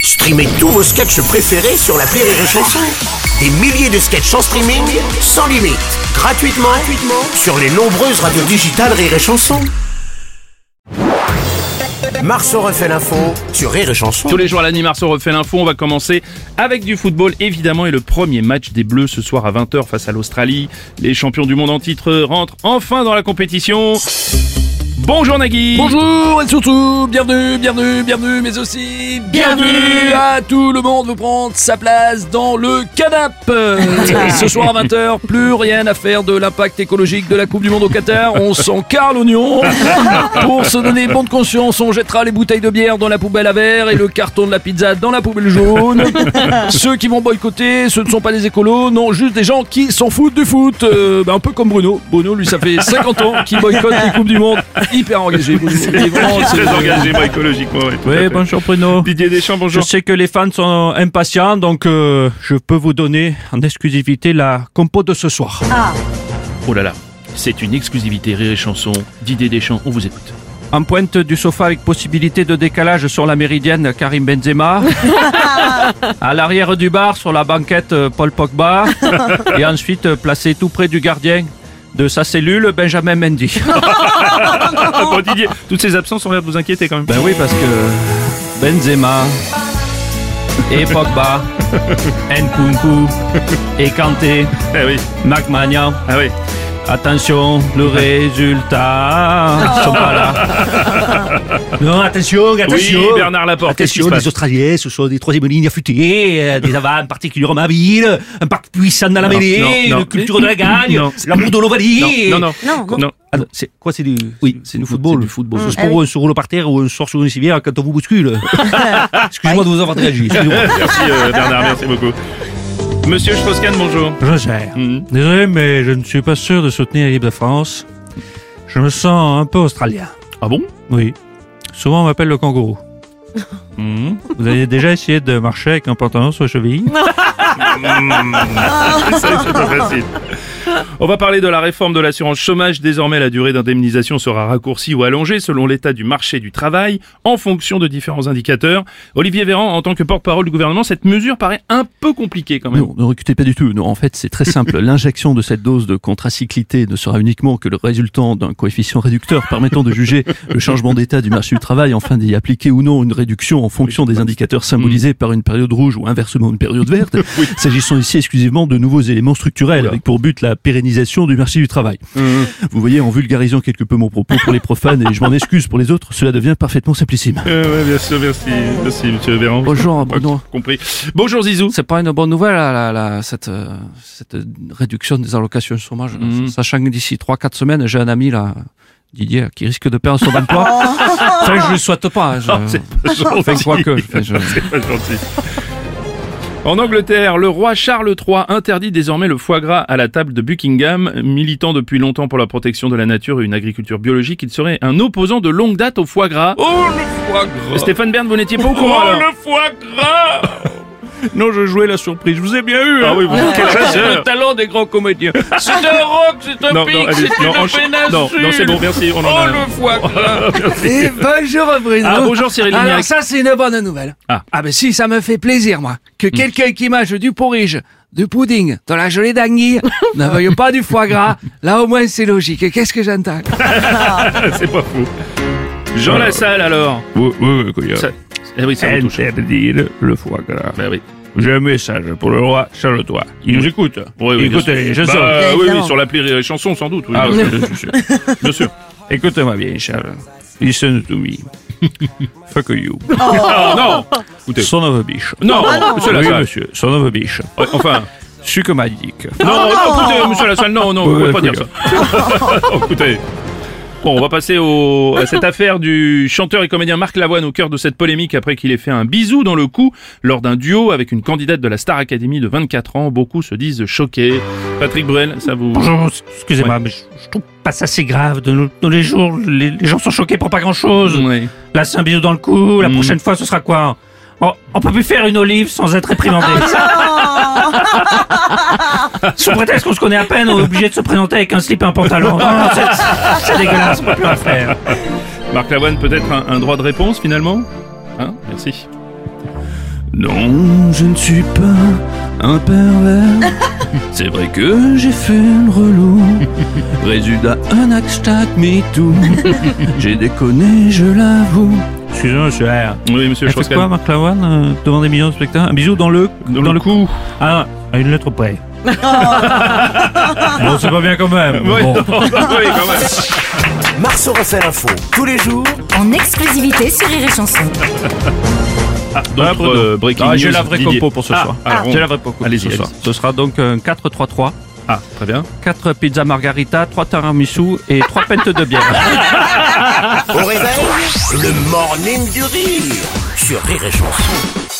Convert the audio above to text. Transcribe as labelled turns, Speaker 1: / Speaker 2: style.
Speaker 1: Streamez tous vos sketchs préférés sur la Rire et Chanson. Des milliers de sketchs en streaming, sans limite, gratuitement, gratuitement sur les nombreuses radios digitales Rire et Chanson. Marceau refait l'info sur Rire et Chanson.
Speaker 2: Tous les jours à l'année, Marceau refait l'info. On va commencer avec du football, évidemment, et le premier match des Bleus ce soir à 20h face à l'Australie. Les champions du monde en titre rentrent enfin dans la compétition. Bonjour Nagui
Speaker 3: Bonjour et surtout, bienvenue, bienvenue, bienvenue, mais aussi bienvenue à tout le monde veut prendre sa place dans le canap. Euh, Ce soir à 20h, plus rien à faire de l'impact écologique de la Coupe du Monde au Qatar. On s'en carre l'oignon. Pour se donner bonne conscience, on jettera les bouteilles de bière dans la poubelle à verre et le carton de la pizza dans la poubelle jaune. Ceux qui vont boycotter, ce ne sont pas des écolos, non, juste des gens qui s'en foutent du foot. Euh, bah, un peu comme Bruno. Bruno, lui, ça fait 50 ans qu'il boycotte les Coupes du Monde. Hyper engagé. Bruno. Il est vraiment,
Speaker 2: Oh, Très
Speaker 3: c'est-
Speaker 2: engagé moi, écologiquement. ouais, tout à fait.
Speaker 4: Oui, bonjour Bruno.
Speaker 2: Didier Deschamps,
Speaker 4: Je
Speaker 2: bonjour.
Speaker 4: sais que les fans sont impatients, donc euh, je peux vous donner en exclusivité la compo de ce soir.
Speaker 2: Ah. Oh là là, c'est une exclusivité Rire et Chanson. Didier Deschamps, on vous écoute.
Speaker 4: En pointe du sofa avec possibilité de décalage sur la méridienne, Karim Benzema. à l'arrière du bar, sur la banquette, euh, Paul Pogba. Et ensuite, euh, placé tout près du gardien de sa cellule, Benjamin Mendy.
Speaker 2: Ah, bon, Didier, toutes ces absences ont l'air de vous inquiéter quand même.
Speaker 4: Ben oui, parce que Benzema et Pogba, Nkunku et Kanté,
Speaker 2: Ah oui,
Speaker 4: McMahon.
Speaker 2: ah oui.
Speaker 4: Attention, le résultat. Ils sont pas là.
Speaker 5: Non, attention,
Speaker 2: Oui,
Speaker 5: attention.
Speaker 2: Bernard Laporte, qu'est-ce qui
Speaker 5: Attention,
Speaker 2: se
Speaker 5: les
Speaker 2: passe
Speaker 5: Australiens, ce sont des troisième lignes affûtées, euh, des avants particulièrement habiles, un parc puissant dans la
Speaker 2: Non,
Speaker 5: mêlée,
Speaker 2: non, non.
Speaker 5: une culture de la gagne,
Speaker 2: Non.
Speaker 5: l'amour de l'ovalie.
Speaker 2: Non, non,
Speaker 6: Non.
Speaker 2: non. non.
Speaker 5: Ah non, c'est quoi, c'est du, oui, c'est du football.
Speaker 2: c'est du football.
Speaker 5: Ce
Speaker 6: Ah
Speaker 5: sport, on se roule par terre ou on sort sur une civière quand on vous bouscule. Excusez-moi de vous avoir réagi. excusez-moi.
Speaker 2: Merci euh, Bernard, merci beaucoup. Monsieur Schposkan, bonjour.
Speaker 4: Je gère.
Speaker 5: Mm.
Speaker 4: Désolé, mais je ne suis pas sûr de soutenir l'équipe de France. Je me sens un peu australien.
Speaker 2: Ah bon
Speaker 4: Oui. Souvent, on m'appelle le kangourou. Hmm.
Speaker 2: Mmh.
Speaker 4: Vous avez déjà essayé de marcher avec un pantalon sur la cheville
Speaker 2: Ça, c'est pas facile. On va parler de la réforme de l'assurance chômage. Désormais, la durée d'indemnisation sera raccourcie ou allongée selon l'état du marché du travail, en fonction de différents indicateurs. Olivier Véran, en tant que porte-parole du gouvernement, cette mesure paraît un peu compliquée quand même.
Speaker 7: Non, ne recrutez pas du tout. Non, en fait, c'est très simple. L'injection de cette dose de contracyclité ne sera uniquement que le résultant d'un coefficient réducteur permettant de juger le changement d'état du marché du travail, enfin d'y appliquer ou non une réduction en fonction des indicateurs symbolisés par une période rouge ou inversement une période verte, s'agissant ici exclusivement de nouveaux éléments structurels avec pour but la pérennisation du marché du travail. Vous voyez, en vulgarisant quelque peu mon propos pour les profanes et je m'en excuse pour les autres, cela devient parfaitement simplissime.
Speaker 2: Euh, ouais, bien sûr, merci. Merci, monsieur Véran.
Speaker 7: Bonjour,
Speaker 2: Ok,
Speaker 7: Bruno.
Speaker 2: compris. Bonjour Zizou.
Speaker 7: C'est pas Ah, une bonne nouvelle, là, là, là, cette, euh, cette réduction des allocations de chômage.
Speaker 2: Mhm.
Speaker 7: Sachant que d'ici 3-4 semaines, j'ai un ami, là, Didier, qui risque de perdre son emploi. enfin, je ne le souhaite pas. hein, je-
Speaker 2: Oh, c'est pas
Speaker 7: Enfin,
Speaker 2: gentil.
Speaker 7: quoi que, enfin, je-
Speaker 2: C'est pas gentil. En Angleterre, le roi Charles III interdit désormais le foie gras à la table de Buckingham. Militant depuis longtemps pour la protection de la nature et une agriculture biologique, il serait un opposant de longue date au foie gras.
Speaker 3: Oh le foie gras
Speaker 2: Stéphane Bern, vous n'étiez pas au courant alors
Speaker 3: foie gras Non, je jouais la surprise. Je vous ai bien eu.
Speaker 2: Ah
Speaker 3: hein.
Speaker 2: oui, vous êtes quel chasseur
Speaker 3: Le talent des grands comédiens. C'est un rock, c'est un
Speaker 2: Non,
Speaker 3: pic,
Speaker 2: non, allez,
Speaker 3: c'est
Speaker 2: non,
Speaker 3: une
Speaker 2: encha-
Speaker 3: péninsule.
Speaker 2: non, non, c'est bon, merci, on en
Speaker 3: oh
Speaker 2: a-
Speaker 3: le foie gras.
Speaker 5: Et bonjour, Bruno.
Speaker 2: Ah, bonjour Cyril
Speaker 5: Alors
Speaker 2: Lignac.
Speaker 5: ça, c'est une bonne nouvelle.
Speaker 2: Ah. Hmm.
Speaker 5: ben si, ça me fait plaisir, moi, que quelqu'un qui mange du porridge, du pudding, dans la gelée d'anguille, ne veuille pas du foie gras. Là, au moins, c'est logique. Qu'est-ce que j'entends
Speaker 2: C'est pas fou. Jean Lassalle alors
Speaker 8: Oui, oui, oui, Couillard.
Speaker 2: Ça- Eh oui, ça vous touche.
Speaker 8: Interdire le foie gras.
Speaker 2: Bah oui.
Speaker 8: J'ai un message pour le roi Charles III. Il nous écoute.
Speaker 2: Oui, oui, bien
Speaker 8: écoutez, les
Speaker 2: Bah,
Speaker 8: chansons.
Speaker 2: euh, oui, oui,
Speaker 6: Évidemment.
Speaker 2: sur l'appli les chansons sans doute. oui,
Speaker 8: Ah,
Speaker 2: bien sûr.
Speaker 8: oui, je suis sûr.
Speaker 2: bien sûr.
Speaker 8: Écoute-moi bien, Charles. Listen to me. Fuck you.
Speaker 2: Ah, non Écoutez.
Speaker 8: Son of a bitch.
Speaker 2: Non, monsieur
Speaker 8: Oui,
Speaker 2: Lassalle.
Speaker 8: monsieur. Son of a bitch.
Speaker 2: Ouais, Euh, Enfin.
Speaker 8: Suc ma dick.
Speaker 2: Non, non, écoutez, monsieur Lassalle, non, non, vous
Speaker 8: Ouais,
Speaker 2: pouvez pas dire ça. Oh, écoutez. Bon, on va passer au, à cette affaire du chanteur et comédien Marc Lavoine au cœur de cette polémique après qu'il ait fait un bisou dans le cou lors d'un duo avec une candidate de la Star Academy de 24 ans. Beaucoup se disent choqués. Patrick Bruel, ça vous...
Speaker 8: Bonjour, Oh, excusez-moi, mais je, je trouve pas ça si grave. De nos, de nos jours, les, les gens sont choqués pour pas grand-chose.
Speaker 7: Mhm.
Speaker 2: Ouais.
Speaker 8: Là, c'est un bisou dans le cou. La
Speaker 2: Mm.
Speaker 8: prochaine fois, ce sera quoi on, on peut plus faire une olive sans être réprimandé. Sous prétexte qu'on se connaît à peine, on est obligé de se présenter avec un slip et un pantalon. Non, non, c'est- c'est dégueulasse, on peut plus rien faire.
Speaker 2: Marc Lavoine, peut-être un, un droit de réponse finalement Hein Merci.
Speaker 7: Non, je ne suis pas un pervers. C'est vrai que j'ai fait le relou. Résultat, un hashtag MeToo. J'ai déconné, je l'avoue.
Speaker 8: Excusez-moi, cher.
Speaker 2: Oui, monsieur
Speaker 7: Elle fait quoi,
Speaker 2: Schwarzkopf.
Speaker 7: Marc Lavoine, euh, devant des millions de spectateurs Un bisou dans le,
Speaker 2: Dans, le coup.
Speaker 8: Ah, à une lettre près. bon, c'est pas bien quand même. mais
Speaker 2: Oh. Ouais,
Speaker 8: bon.
Speaker 2: non, oui, quand même.
Speaker 7: Ah,
Speaker 1: Marceau refait l'info tous les jours
Speaker 6: En exclusivité sur Rire et Chanson.
Speaker 2: D'autres euh, breaking
Speaker 7: Ah,
Speaker 2: news.
Speaker 7: j'ai la vraie
Speaker 2: Didier.
Speaker 7: compo pour ce
Speaker 2: Ah,
Speaker 7: soir.
Speaker 2: alors, on-
Speaker 7: J'ai la vraie compo pour
Speaker 2: Allez-y,
Speaker 7: ce soir.
Speaker 2: allez-y.
Speaker 7: Ce sera donc
Speaker 4: euh,
Speaker 7: un 4-3-3,
Speaker 2: Ah, très bien.
Speaker 7: 4 pizzas margarita, 3 tiramisu et 3 pintes de bière.
Speaker 1: au réveil. Le morning du rire sur Rire et Chanson.